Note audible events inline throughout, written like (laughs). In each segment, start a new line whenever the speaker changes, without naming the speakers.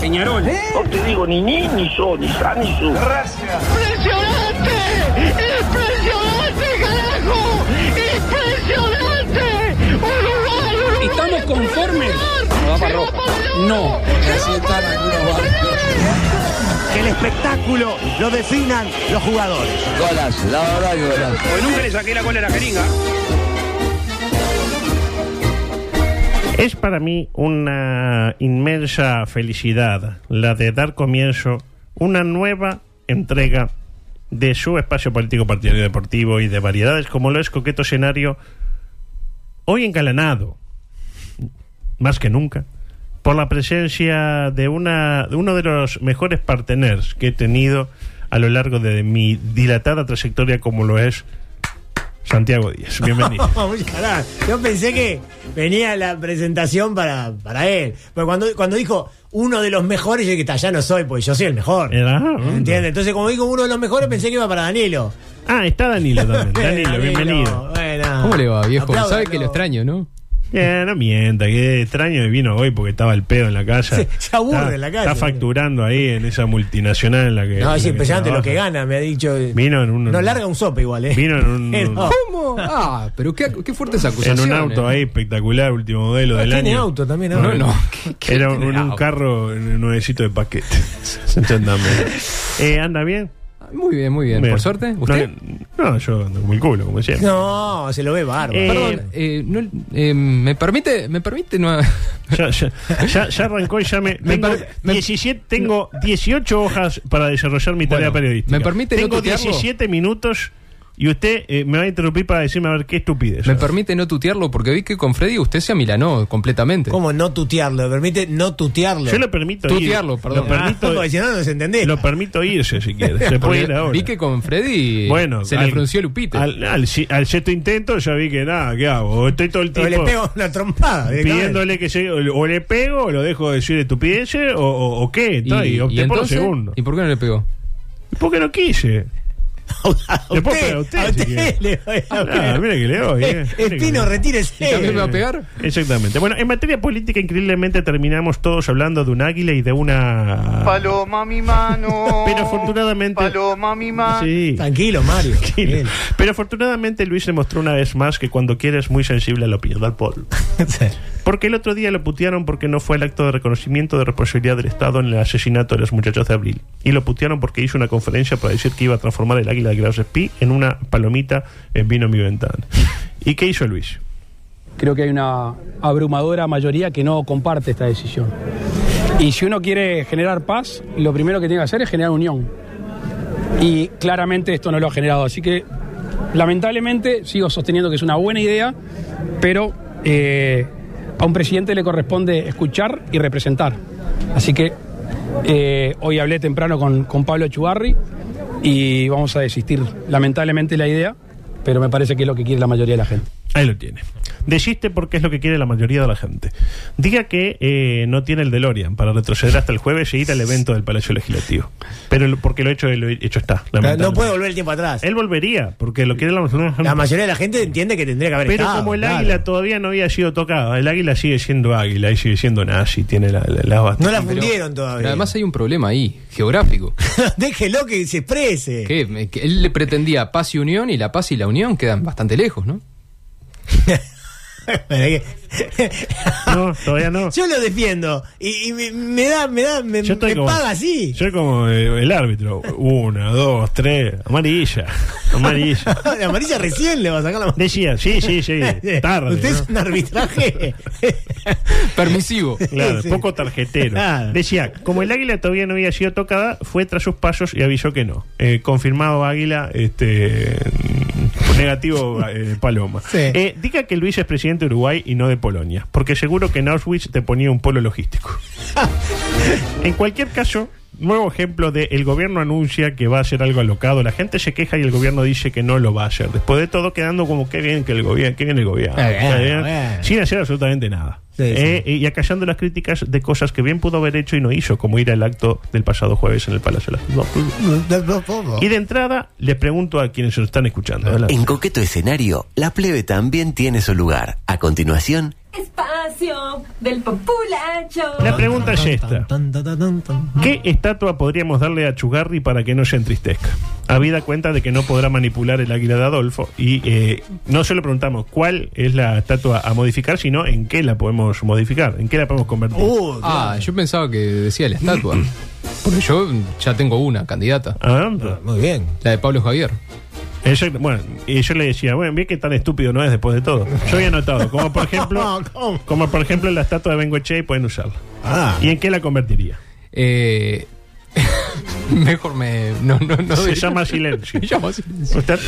Peñarol.
¡Impresionante! ¡Impresionante, carajo! ¡Impresionante! ¡Uruguay, Uruguay!
¿Estamos conformes?
No va para roja.
No.
Así están algunos
el espectáculo lo definan los jugadores.
Porque nunca le saqué la cola a la jeringa.
Es para mí una inmensa felicidad la de dar comienzo una nueva entrega de su espacio político, partidario, deportivo y de variedades, como lo es Coqueto Escenario, hoy encalanado, más que nunca, por la presencia de, una, de uno de los mejores parteners que he tenido a lo largo de mi dilatada trayectoria, como lo es Santiago Díaz.
(laughs)
Bienvenido.
Oye, pará, Yo pensé que venía la presentación para, para él. Pero cuando, cuando dijo uno de los mejores, yo dije, "Ta, ya no soy, porque yo soy el mejor.
Era-
¿Entiendes? Entonces, como dijo uno de los mejores, pensé que iba para Danilo.
Ah, está Danilo también.
(laughs)
Danilo, bienvenido.
Bueno.
¿Cómo le va, viejo?
Aplaudan,
Sabe que
no.
lo extraño, ¿no?
Eh, no mienta, que extraño que vino hoy porque estaba el pedo en la casa.
Se- se aburre
Está-
en la calle.
Está facturando ahí en esa multinacional en la que.
No, es
en la
impresionante lo
trabaja.
que gana, me ha dicho.
Vino en un.
No larga un sope igual, ¿eh?
(laughs) Vino en
(laughs)
un-
Pero-
¿Cómo? Ah, pero qué, qué fuertes
En
acusaciones.
un auto ahí espectacular, último modelo del
Tiene
año.
auto también, ¿no?
No, no. ¿Qué-
(laughs)
qué
Era
tiene
un, un
auto?
carro nuevecito de paquete. (laughs) Entendame. Eh, ¿Anda bien?
Muy bien, muy bien. Por suerte, usted.
No, no, yo ando como el culo, como siempre.
No, se lo ve bárbaro.
Eh,
Perdón, eh, no- eh, ¿me permite? ¿Me permite? No, (laughs)
Ya, ya, ya- ya arrancó y ya me.
Me
Tengo,
par- me-
17, tengo 18 hojas para desarrollar mi tarea
Bueno,
periodística.
¿me permite no
Tengo
tutearlo?
17 minutos y usted eh, me va a interrumpir para decirme a ver qué estupidez.
¿Me permite no tutearlo? Porque vi que con Freddy usted se amilanó completamente.
¿Cómo no tutearlo? ¿Permite no tutearlo? Ah,
Yo lo permito
Tutearlo,
ir.
perdón. Ah,
Lo permito,
Porque si no, no se entendés.
lo permito irse si quiere. Se puede
(laughs) Porque
ir ahora.
vi que con Freddy
Bueno,
se
al-
le frunció Lupita.
Al, al, si- al sexto intento ya vi que nada, ¿qué hago? O Estoy todo el
Pero
tiempo.
le pego una trompada. directamente.
Pidiéndole que se, o le pego, o lo dejo de decir estupideces, o, o, o qué. Entonces, y, opté por lo
entonces?
segundo.
¿Y por qué no le pegó?
Porque no quise.
A
Le puedo pegar
usted,
a
a
usted,
usted,
si quiere.
le voy a
Ah,
pegar.
mira que le doy. eh.
Eh,
Mira que
Espino,
le-
retírese.
¿Y también me va a pegar?
Exactamente. Bueno, en materia política, increíblemente terminamos todos hablando de un águila y de una.
Paloma mi mano.
(laughs) Pero afortunadamente.
Paloma mi mano.
Sí.
Tranquilo, Mario.
Tranquilo. Pero afortunadamente Luis se mostró una vez más que cuando quiere es muy sensible a la opinión del pueblo.
Bien. Sí.
Porque el otro día lo putearon porque no fue el acto de reconocimiento de responsabilidad del Estado en el asesinato de los muchachos de abril. Y lo putearon porque hizo una conferencia para decir que iba a transformar el águila de Graus Spee en una palomita en vino en mi ventana. ¿Y qué hizo Luis?
Creo que hay una abrumadora mayoría que no comparte esta decisión. Y si uno quiere generar paz, lo primero que tiene que hacer es generar unión. Y claramente esto no lo ha generado. Así que, lamentablemente, sigo sosteniendo que es una buena idea, pero eh, a un presidente le corresponde escuchar y representar. Así que eh, hoy hablé temprano con, con Pablo Chubarri y vamos a desistir, lamentablemente, la idea, pero me parece que es lo que quiere la mayoría de la gente.
Ahí lo tiene. Desiste porque es lo que quiere la mayoría de la gente. Diga que eh, no tiene el DeLorean para retroceder hasta el jueves e ir al evento del Palacio Legislativo. Pero lo- porque lo hecho, lo hecho está.
No
lamentablemente.
puede volver el tiempo atrás.
Él volvería porque lo quiere la
La mayoría de la gente entiende que tendría que haber
Pero
estado,
como el
claro.
águila todavía no había sido tocada, el águila sigue siendo águila y sigue siendo nazi, tiene la, la, la bata.
No la fundieron todavía.
Pero además hay un problema ahí, geográfico.
(laughs) Déjelo que se exprese. (laughs)
que, me- que él le pretendía paz y unión y la paz y la unión quedan bastante lejos, ¿no?
No, todavía no.
Yo lo defiendo. Y, y me, me da, me da, me,
Yo estoy
me
como-
paga así.
Yo como eh, el árbitro, una, dos, tres, amarilla,
(laughs)
amarilla.
(laughs) La amarilla recién le va a sacar la amarilla.
Decía, sí, sí, sí, tarde.
(laughs) Usted
¿no?
es un
(laughs)
arbitraje.
(laughs)
Permisivo.
Claro,
Sí.
poco tarjetero.
Claro.
Decía, como el águila todavía no había sido tocada, fue tras sus pasos y avisó que no. Eh, confirmado águila, este. Negativo eh, Paloma.
Sí.
Eh, diga que Luis es presidente de Uruguay y no de Polonia, porque seguro que en Auschwitz te ponía un polo logístico. en cualquier caso, nuevo ejemplo de el gobierno anuncia que va a hacer algo alocado, la gente se queja y el gobierno dice que no lo va a hacer. Después de todo quedando como qué bien que el gobierno, qué bien el gobierno,
Ah, bien,
qué bien",
bueno.
sin hacer absolutamente nada.
Sí,
Eh, Y acallando las críticas de cosas que bien pudo haber hecho y no hizo, como ir al acto del pasado jueves en el Palacio de las Dos.
Oh.
Y de entrada, les pregunto a quienes nos están escuchando. Adelante.
En coqueto escenario, la plebe también tiene su lugar. A continuación,
Espacio del populacho.
La pregunta es esta. ¿Qué estatua podríamos darle a Chugarri para que no se entristezca? Habida cuenta de que no podrá manipular el águila de Adolfo y eh, no solo preguntamos cuál es la estatua a modificar, sino en qué la podemos modificar, en qué la podemos convertir.
Uh.
Oh,
ah, yo pensaba que decía la estatua. Porque yo ya tengo una candidata.
muy bien.
La de Pablo Javier.
Exacto. Bueno, y yo le decía, bueno, bien que tan estúpido no es después de todo. Yo había notado, como por
(laughs)
ejemplo, como por ejemplo la estatua de Bengoechea y pueden usarla.
Ah.
¿Y en qué la convertiría?
Eh, (laughs) mejor me. No, no, no.
Se llama
(laughs)
silencio. Usted-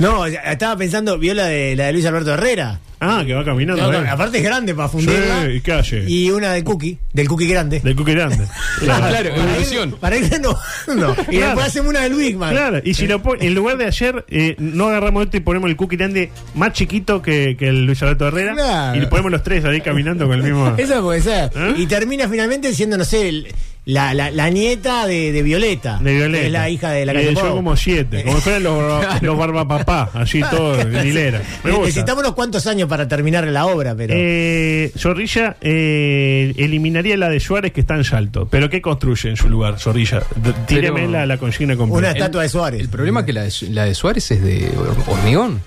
No, ya- estaba pensando, vio la de, la de Luis Alberto Herrera.
Ah, que va caminando.
No, no,
¿eh?
aparte es grande para fundirla.
Sí, ¿y qué hace?
Y una del cookie, del cookie grande.
Del cookie
(laughs)
grande. Claro,
evolución. Para ir no. (laughs) no. Y
Claro.
después hacemos una de Luis,
Claro, y si lo pon- en lugar de ayer, eh, no agarramos esto y ponemos el cookie grande más chiquito que, que el Luis Alberto Herrera.
Claro.
Y le ponemos los tres ahí caminando con el
(laughs)
mismo.
Eso puede ser.
¿Eh?
Y termina finalmente siendo, no sé, el- la, la, la nieta de, de Violeta.
De Violeta.
Que es la hija de la
Y
calle
yo
Pou.
como siete, como fueran los,
(laughs)
barba- los barbapapá, así todo, en hilera.
Eh,
Me gusta.
Necesitamos unos cuantos años para terminar la obra, pero.
Eh, Zorrilla eh, eliminaría la de Suárez que está en Salto. ¿Pero qué construye en su lugar, Zorrilla? D- Tíreme
Pero-
la, la consigna completa.
de Suárez.
El
(laughs)
problema es que la de, Su- la de Suárez es de hor- hormigón.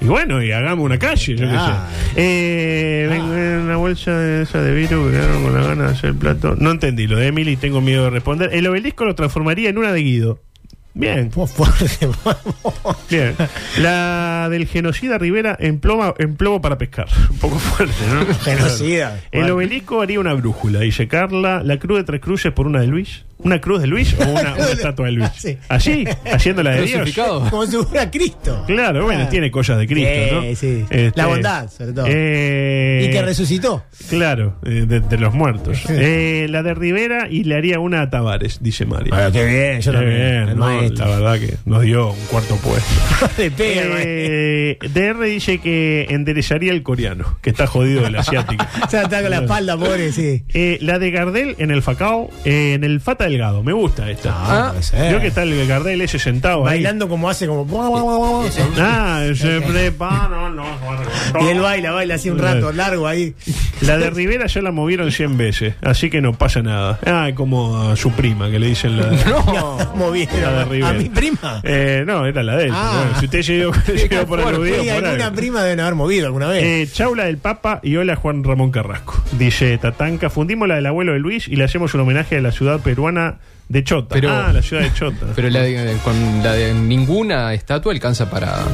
Y bueno, y hagamos una calle, yo qué
Ah.
sé. Eh, vengo en una bolsa de esa de virus que quedaron con la gana de hacer el plato. No entendí lo de Emily, tengo miedo de responder. El obelisco lo transformaría en una de Guido. Bien.
(laughs)
Bien. La del genocida Rivera en plomo, en plomo para pescar. Un poco fuerte,
(laughs)
¿no?
(laughs) Genocida.
El obelisco haría una brújula, dice Carla. La cruz de tres cruces por una de Luis. ¿Una cruz de Luis o una,
(laughs)
una estatua de Luis?
Sí.
Así, haciéndola de Dios.
(laughs) Como si fuera Cristo.
Claro, bueno,
Claro.
tiene cosas de Cristo,
Sí,
¿no?
sí.
Este,
La bondad, sobre todo.
eh,
Y que resucitó.
Claro, eh, de, de los
(laughs)
muertos. Eh, la de Rivera y le haría una a Tavares, dice María.
Ah, qué bien, yo también, el
¿no?
maestro.
la verdad que nos dio un cuarto puesto.
(laughs)
Eh, DR dice que enderezaría el coreano, que está jodido del asiático.
(laughs) O sea, está con la espalda, pobre, sí.
Eh, la de Gardel en el Facao, eh, en el Fata Delgado. Me gusta esta.
Ah, puede ser.
Yo que está el Gardel ese sentado ahí.
Bailando como hace, como.
Ah, se prepara, no,
Y él baila, baila así un rato
(laughs)
largo ahí.
La de Rivera ya la movieron 100 veces, así que no pasa nada. Ah, como a su prima que le dicen la,
(laughs) No, movieron.
la de
A
Rivera.
mi prima.
(laughs) Eh, no, era la de él.
Ah.
Bueno, si usted (laughs) llegó, llegó por el video,
Sí,
por
alguna
algo.
prima deben haber movido alguna vez.
Eh, Chaula del Papa y hola Juan Ramón Carrasco. Dice Tatanca, fundimos la del abuelo de Luis y le hacemos un homenaje a la ciudad peruana de Chota.
Pero-
ah, la ciudad de Chota.
(laughs) Pero la de- con la de ninguna estatua alcanza para.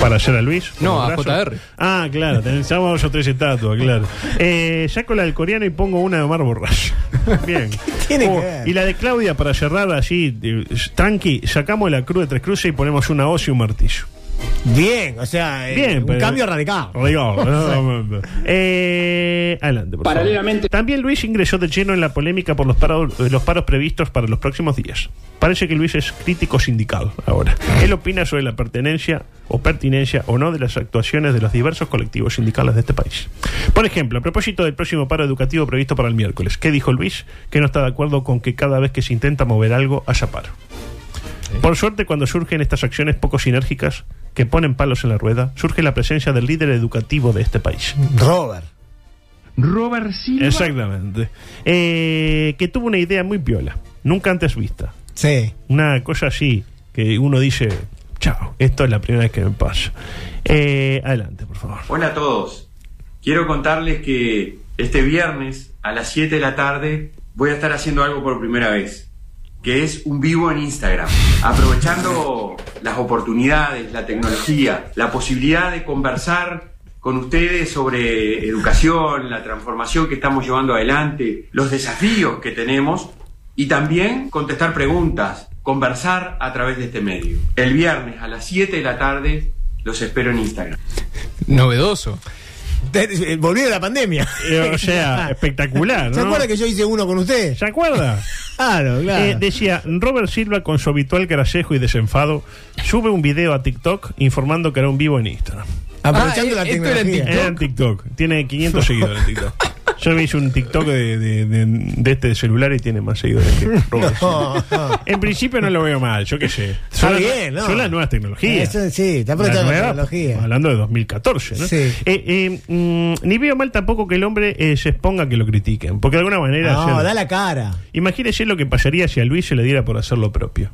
¿Para hacer a Luis?
No, a
brazo.
JR.
Ah, claro, tenemos dos o tres estatuas,
(laughs)
claro. Eh, saco la del coreano y pongo una de Omar Borracho. Bien.
tiene
Oh,
que ver?
Y la de Claudia, para cerrar así, eh, tranqui, sacamos la cruz de tres cruces y ponemos una hoz y un martillo.
Bien, o sea, eh,
Bien,
un
pero-
cambio radicado.
Ah.
Rigor,
(laughs)
¿no? Eh, adelante, por favor.
Paralelamente-
También Luis ingresó de lleno en la polémica por los paros, los paros previstos para los próximos días. Parece que Luis es crítico sindical ahora. Él opina sobre la pertenencia o pertinencia o no de las actuaciones de los diversos colectivos sindicales de este país. Por ejemplo, a propósito del próximo paro educativo previsto para el miércoles, ¿qué dijo Luis? Que no está de acuerdo con que cada vez que se intenta mover algo haya paro. Por suerte, cuando surgen estas acciones poco sinérgicas que ponen palos en la rueda, surge la presencia del líder educativo de este país.
Robert.
Robert Silva. Exactamente. Eh, que tuvo una idea muy piola, nunca antes vista.
Sí.
Una cosa así que uno dice, chao, esto es la primera vez que me pasa. Eh, adelante, por favor.
Hola a todos. Quiero contarles que este viernes a las 7 de la tarde voy a estar haciendo algo por primera vez, que es un vivo en Instagram, aprovechando las oportunidades, la tecnología, la posibilidad de conversar con ustedes sobre educación, la transformación que estamos llevando adelante, los desafíos que tenemos y también contestar preguntas, conversar a través de este medio. El viernes a las 7 de la tarde Los espero en Instagram.
Novedoso.
eh, Volvió de la pandemia.
Eh, O
(laughs)
sea, espectacular. ¿no?
¿Se acuerda que yo hice uno con usted?
¿Se acuerda?
claro, claro.
Eh, decía, Robert Silva con su habitual grasejo y desenfado sube un video a TikTok informando que hará un vivo en Instagram.
Aprovechando la tecnología.
Ah,
(laughs)
Era en TikTok. Tiene 500 seguidores en TikTok. Yo me hice un TikTok de, de- de- de este celular y tiene más seguidores
(laughs)
que Robert
Oh,
Silva. En principio no lo veo mal, yo qué sé.
Está
las-
bien, ¿no?
son las nuevas tecnologías.
Eso, sí, está aprovechando
La
la
nueva,
tecnología.
Hablando de 2014, ¿no?
Sí.
Eh, eh, mm, ni veo mal tampoco que el hombre eh, se exponga a que lo critiquen, porque de alguna manera...
No,
ayer-
da la cara.
Imagínese lo que pasaría si a Luis se le diera por hacer lo propio.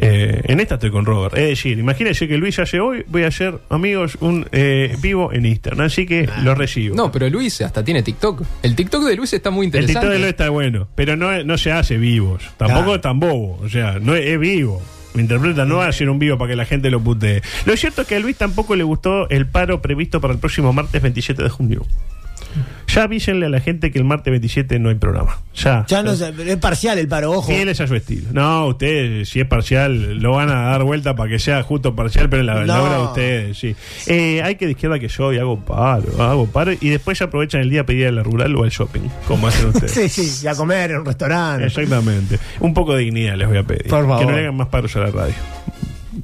Eh, en esta estoy con Robert. Es decir, imagínese que Luis hace hoy, voy a hacer, amigos, un eh, vivo en Instagram. Así que
Ah.
lo recibo.
No, pero Luis hasta tiene TikTok. El TikTok de Luis está muy
El
interesante.
TikTok de Luis está bueno, pero no, no se hace vivos. Tampoco es tan bobo. O sea, no es, es vivo. Me interpreta, no va a hacer un vivo para que la gente lo putee. Lo cierto es que a Luis tampoco le gustó el paro previsto para el próximo martes 27 de junio. Ya avísenle a la gente que el martes 27 no hay programa. Ya.
Ya no sé, pero es parcial el paro, ojo.
Él es a su estilo. No, ustedes, si es parcial, lo van a dar vuelta para que sea justo parcial, pero en la, en la
No.
obra de ustedes, sí. Eh, hay que de izquierda que soy, hago paro, hago paro, y después aprovechan el día a pedir a la rural o al shopping, como
(laughs)
hacen ustedes.
Sí, sí, y a comer en un restaurante.
Exactamente. Un poco de dignidad les voy a pedir.
Por favor.
Que no le hagan más paros a la radio.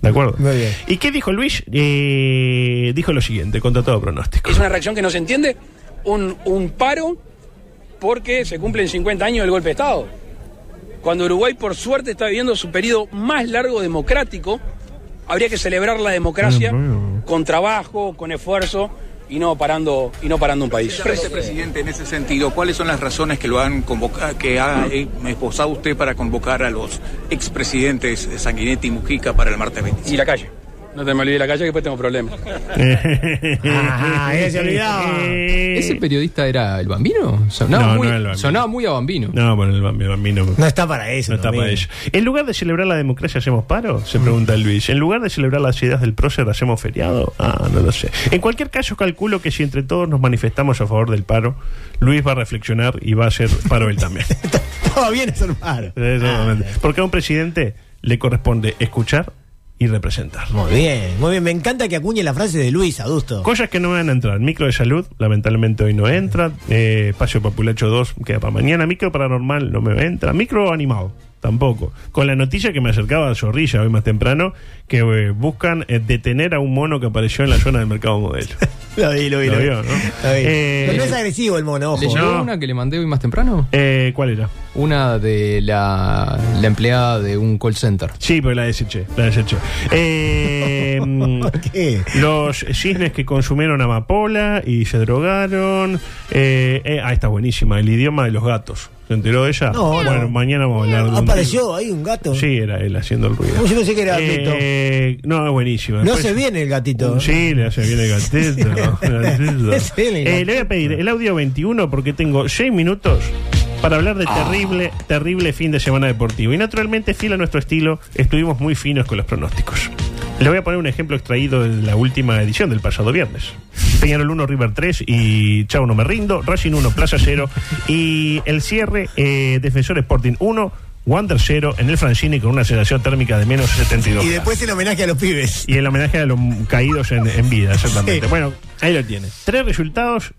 ¿De acuerdo?
Muy bien.
¿Y qué dijo Luis? Eh, dijo lo siguiente, contra todo pronóstico. (laughs)
Es una reacción que no se entiende. Un, un paro porque se cumplen 50 años del golpe de Estado. Cuando Uruguay, por suerte, está viviendo su periodo más largo democrático, habría que celebrar la democracia con trabajo, con esfuerzo y no parando, y no parando un país.
Presidente, en ese sentido, ¿cuáles son las razones que lo han convocado, que ha eh, esbozado usted para convocar a los expresidentes Sanguinetti y Mujica para el martes 20?
Y la calle. No te me olvides de la calle que después tengo problemas.
Eh,
Ah, ella se olvidaba.
¿Ese periodista era el bambino? Sonaba,
No, no
muy,
era el Bambino.
sonaba muy a bambino.
No, bueno, el bambi- bambino.
No Mm. está para eso.
No está para
amigo.
ello. ¿En lugar de celebrar la democracia hacemos paro? Se pregunta Luis. ¿En lugar de celebrar las ideas del prócer hacemos feriado? Ah, no lo sé. En cualquier caso, calculo que si entre todos nos manifestamos a favor del paro, Luis va a reflexionar y va a hacer paro él
(laughs)
también.
Todo bien es el paro.
Eh. Exactamente. Porque a un presidente le corresponde escuchar y representar.
Muy bien, muy bien. Me encanta que acuñe la frase de Luis Adusto.
Cosas que no van a entrar. Micro de salud, lamentablemente hoy no entra. Eh, espacio Populacho 2 queda para mañana. Micro paranormal no me entra. Micro animado, tampoco. Con la noticia que me acercaba a Zorrilla hoy más temprano, que eh, buscan eh, detener a un mono que apareció en la zona del mercado modelo.
Lo vi, lo vi,
Lo
lo vi.
vio, ¿no?
Lo vi.
Eh,
Pero no es agresivo el mono,
¿Le
ojo.
llegó
No.
una que le mandé hoy más temprano?
Eh, ¿Cuál era?
Una de la, la empleada de un call center.
Sí, pero la deseché, la deseché. Eh,
(laughs)
mm, Los cisnes que consumieron amapola y se drogaron. Eh, eh, ah, está buenísima. El idioma de los gatos. ¿Se enteró ella?
No,
bueno,
no.
mañana vamos a hablar de un-
Apareció ahí un gato.
Sí, era él haciendo el ruido.
Yo pensé que era
Eh, no, es buenísima.
No
Después-
hace bien el gatito.
Sí, le hace bien el gatito. El gatito.
Es él el
Eh, le voy a pedir el audio 21 porque tengo 6 minutos para hablar de terrible, terrible fin de semana deportivo. Y naturalmente, fiel a nuestro estilo, estuvimos muy finos con los pronósticos. Le voy a poner un ejemplo extraído de la última edición del pasado viernes. Peñarol 1, River 3 y Chao no me rindo, Racing 1, Plaza 0 y el cierre eh, Defensor Sporting 1, Wander 0 en el Francini con una sensación térmica de menos 72.
Y después el homenaje a los pibes.
Y el homenaje a los caídos en, en vida, exactamente. Bueno, ahí lo tiene. Tres resultados,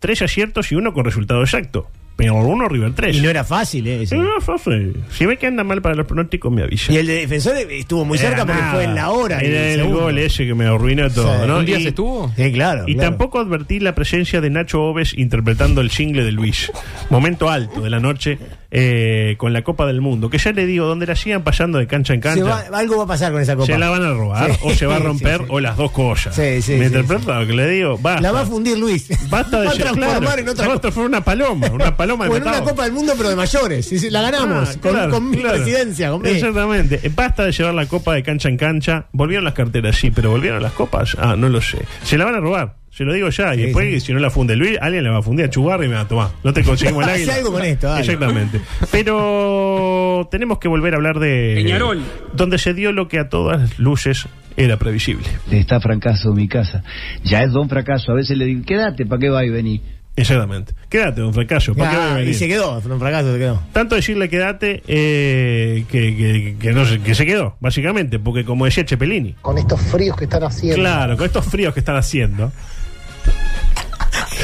tres aciertos y uno con resultado exacto. Peñarol 1, River 3.
Y no era fácil, ¿eh? ese.
No, Fafe, Si ve que anda mal para los pronósticos, me avisa.
Y el de defensor estuvo muy
Era
cerca porque
nada.
fue en la hora. en
Era
el
el,
segundo.
gol ese que me arruinó todo.
Sí.
¿no?
¿Un día
Y-
se estuvo? Sí, claro.
y
claro.
tampoco advertí la presencia de Nacho Oves interpretando el single de Luis. Momento alto de la noche eh, con la Copa del Mundo. Que ya le digo, donde la sigan pasando de cancha en
Se
cancha.
va- algo va a pasar con esa copa.
Se la van a robar,
Sí.
o se va a
(laughs) Sí,
romper,
sí, sí.
o las dos cosas.
Sí, sí,
¿Me
sí,
interpreta lo que le digo? Basta.
La va a fundir Luis.
Basta de
(laughs) va a
ser-
transformar
claro.
en otra
Va a transformar una paloma,
(laughs)
una paloma de
Bueno, una
matado.
Copa del Mundo, pero de mayores. Sí, sí, La ganamos.
Ah,
con,
claro,
con mi
claro.
presidencia. con mi-
Exactamente. Eh, Basta de llevar la copa de cancha en cancha. Volvieron las carteras, sí, pero volvieron las copas. Ah, no lo sé. Se la van a robar. Se lo digo ya. Y después, si no la funde Luis, alguien la va a fundir a Chugar y me va a tomar. No te conseguimos
(laughs)
el
Hacé
águila.
algo con esto, dale.
Exactamente. Pero tenemos que volver a hablar de.
Peñarol.
Donde se dio lo que a todas luces era previsible.
Está fracaso mi casa. Ya es don fracaso. A veces le digo, quédate, ¿para qué va y vení?
Exactamente. Quédate, don Fracaso. ¿para qué va a
Ah,
venir?
y se quedó, fue un fracaso,
(laughs)
se quedó.
Tanto decirle quédate eh, que, que- que no se- que se quedó, básicamente, porque como decía Chepelini.
Con estos fríos que están haciendo.
Claro, con estos fríos que están
(laughs)
haciendo.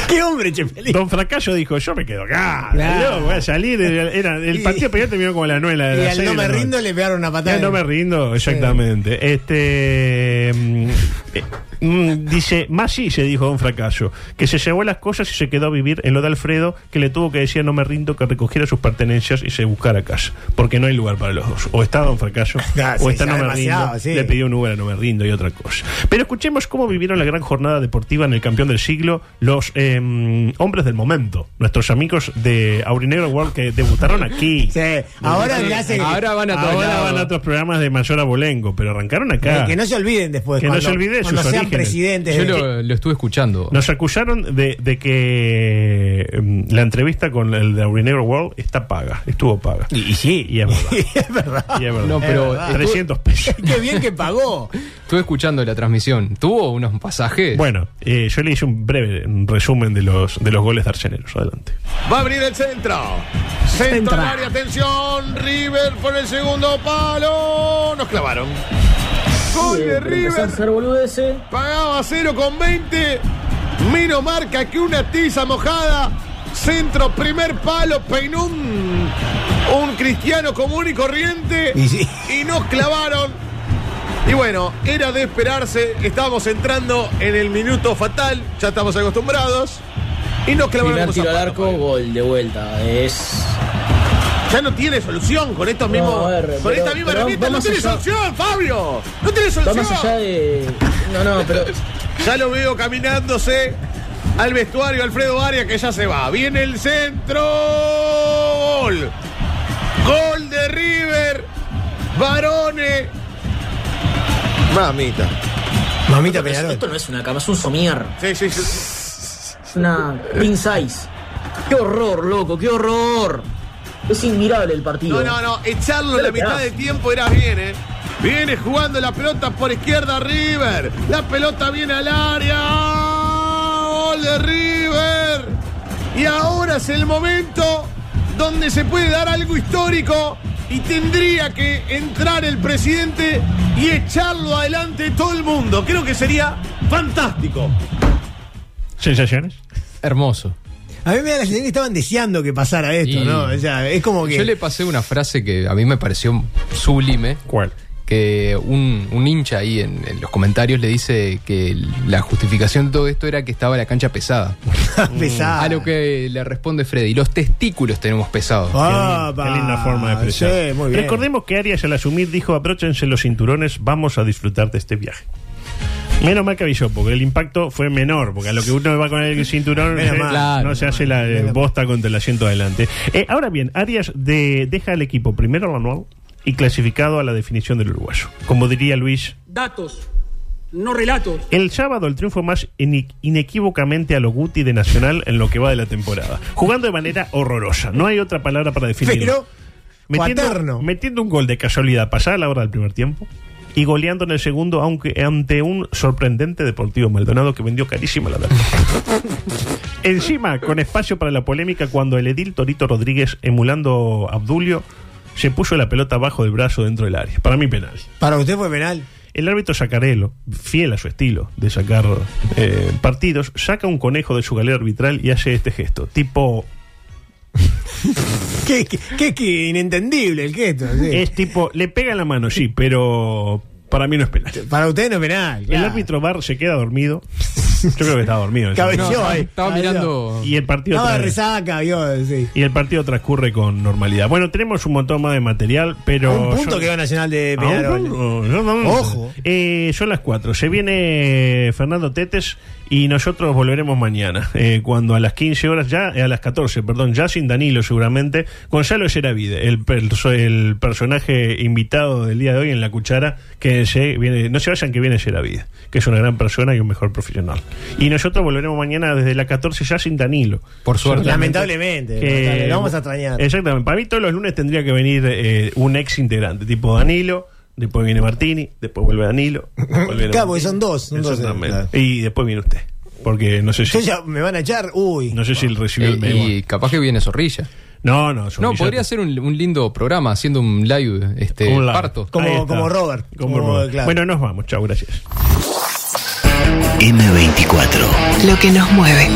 ¿Qué hombre, Chepelini?
Don Fracayo dijo, yo me quedo acá.
Claro.
Yo voy a salir. Era, era- el partido primero terminó como a las 9 de la
Y
las
al
seis
no
de la
me
noche.
rindo le pegaron una patada.
Ya no me rindo, exactamente. Este mm, eh, mm, dice, más sí se dijo Don Fracaso, que se llevó las cosas y se quedó a vivir en lo de Alfredo, que le tuvo que decir no me rindo, que recogiera sus pertenencias y se buscara casa, porque no hay lugar para los dos. O está Don Fracaso,
(laughs) Ah,
o
sí,
está
ya
no me
demasiado,
rindo,
sí.
le pidió un Uber a no me rindo y otra cosa. Pero escuchemos cómo vivieron la gran jornada deportiva en el campeón del siglo los em, hombres del momento, nuestros amigos de Aurinegro World que debutaron aquí.
ahora le hacen- Ahora van a todos
Ahora
lados.
van a otros programas de mayor abolengo, pero arrancaron acá.
Eh, que no se olviden después.
Que no
cuando-
se olvide
Cuando
sus
sean
orígenes.
presidentes.
Yo
de- este.
lo-
estuve escuchando.
Nos acusaron de, de que mm, la entrevista con el de Aurinegro World está paga, estuvo paga. Y, sí, Eh, y es verdad. Y es verdad.
No, pero estuvo-
300
(laughs)
pesos.
Qué bien
(laughs)
que pagó.
Estuve escuchando la transmisión. ¿Tuvo unos pasajes?
Bueno, eh, yo le hice un breve resumen de los, de los goles de Arceneros. Adelante.
Va a abrir el centro. Centro al área, atención. River por el segundo palo. Nos clavaron. Gol de River. Pagaba 0 con 20. Mino marca que una tiza mojada. Centro, primer palo, peinó un, un cristiano común y corriente.
Y sí.
Y nos clavaron. Y bueno, era de esperarse. Estábamos entrando en el minuto fatal. Ya estamos acostumbrados. Y nos clavaron
Primer
un
tiro al
zapato.
arco, gol de vuelta. Es.
Ya no tiene solución con estos
mismos.
Con esta misma herramienta no tiene solución, Fabio. No tiene
Va
solución.
más allá de. No, no, pero.
Ya lo veo caminándose al vestuario Alfredo Arias que ya se va. Viene el centro. Gol. Gol de River. Barone. Mamita.
Esto no
Mamita
es-
Peñarol.
Esto no es una cama, es un somier.
Sí, sí, sí.
Es una pin size. Qué horror, loco, qué horror. Es inmirable el partido.
No, no, no. Echarlo en
Pero
la mitad
pedazo.
de tiempo era bien, ¿eh? Viene jugando la pelota por izquierda River. La pelota viene al área. Gol de River. Y ahora es el momento donde se puede dar algo histórico. Y tendría que entrar el presidente y echarlo adelante todo el mundo. Creo que sería fantástico.
¿Sensaciones?
Hermoso.
A mí me da la sensación que estaban deseando que pasara esto,
Y-
¿no? O sea, es como que. (laughs)
Yo le pasé una frase que a mí me pareció sublime.
¿Cuál?
Que un, un hincha ahí en, en los comentarios le dice que la justificación de todo esto era que estaba la cancha pesada.
Pesada.
A lo que le responde Freddy, los testículos tenemos pesados.
Ah,
Qué linda forma de expresar.
sí, muy bien.
Recordemos que Arias al asumir dijo, abróchense los cinturones, vamos a disfrutar de este viaje. Menos mal que avisó, porque el impacto fue menor, porque a lo que uno va con el cinturón
(laughs) Menos
eh,
mal.
no se hace la eh, bosta contra el asiento adelante. Eh, ahora bien, Arias de- deja al equipo primero al anual y clasificado a la definición del uruguayo. Como diría Luis,
Datos, no relatos.
el sábado el triunfo más ini- inequívocamente a lo Guti de Nacional en lo que va de la temporada. Jugando de manera horrorosa, no hay otra palabra para definirlo.
Pero,
Metiendo, metiendo un gol de casualidad pasada la hora del primer tiempo y goleando en el segundo aunque ante un sorprendente Deportivo Maldonado que vendió carísima la data. Encima, con espacio para la polémica cuando el edil Torito Rodríguez, emulando a Abdulio, se puso la pelota bajo del brazo dentro del área. Para mí penal.
Para usted fue penal.
El árbitro Sacarello, fiel a su estilo de sacar eh, partidos, saca un conejo de su galera arbitral y hace este gesto, tipo
Qué, qué- qué- qué inentendible el gesto. sí.
Es tipo, le pega en la mano, sí, pero para mí no es penal.
Para usted no es penal. claro.
El árbitro Bar se queda dormido. Yo creo que estaba dormido. en ese
Cabeceó
momento.
ahí. Cabeceó.
Y el partido.
Estaba de
trans-
resaca, vio, sí.
y el partido transcurre con normalidad. Bueno, tenemos un montón más de material, pero.
A un punto
yo-
quedó Nacional de
A un
Peñarol.
punto, Ah, no, no, no.
Ojo.
Eh, son las 4. Se viene Fernando Tetes y nosotros volveremos mañana. eh, cuando a las 15 horas, ya eh, a las 14, perdón, ya sin Danilo seguramente, Gonzalo Geravide, el, perso- el personaje invitado del día de hoy en La Cuchara, que se viene, no se vayan que viene Geravide, que es una gran persona y un mejor profesional. Y nosotros volveremos mañana desde las 14 ya sin Danilo.
Por suerte.
Lamentablemente.
Que-
lo Eh, vamos a extrañar.
Eh, Exactamente. Para mí todos los lunes tendría que venir eh, un ex integrante, tipo Danilo, después viene Martini, después vuelve Danilo. después vuelve
Claro,
Martini.
porque son dos, son dos,
Exactamente.
eh,
Y después viene usted. Porque no sé si.
Entonces ya me van a echar. Uy.
No sé si él recibió el
Eh,
mail.
y capaz que viene Zorrilla.
No, no, Zorrilla-
No, podría ser un, un lindo programa haciendo un live este,
Un live.
parto.
Como- Ahí está. como Robert. Como Como- Robert. claro. Bueno, nos vamos. Chao, gracias.
M24.
Lo que nos mueve.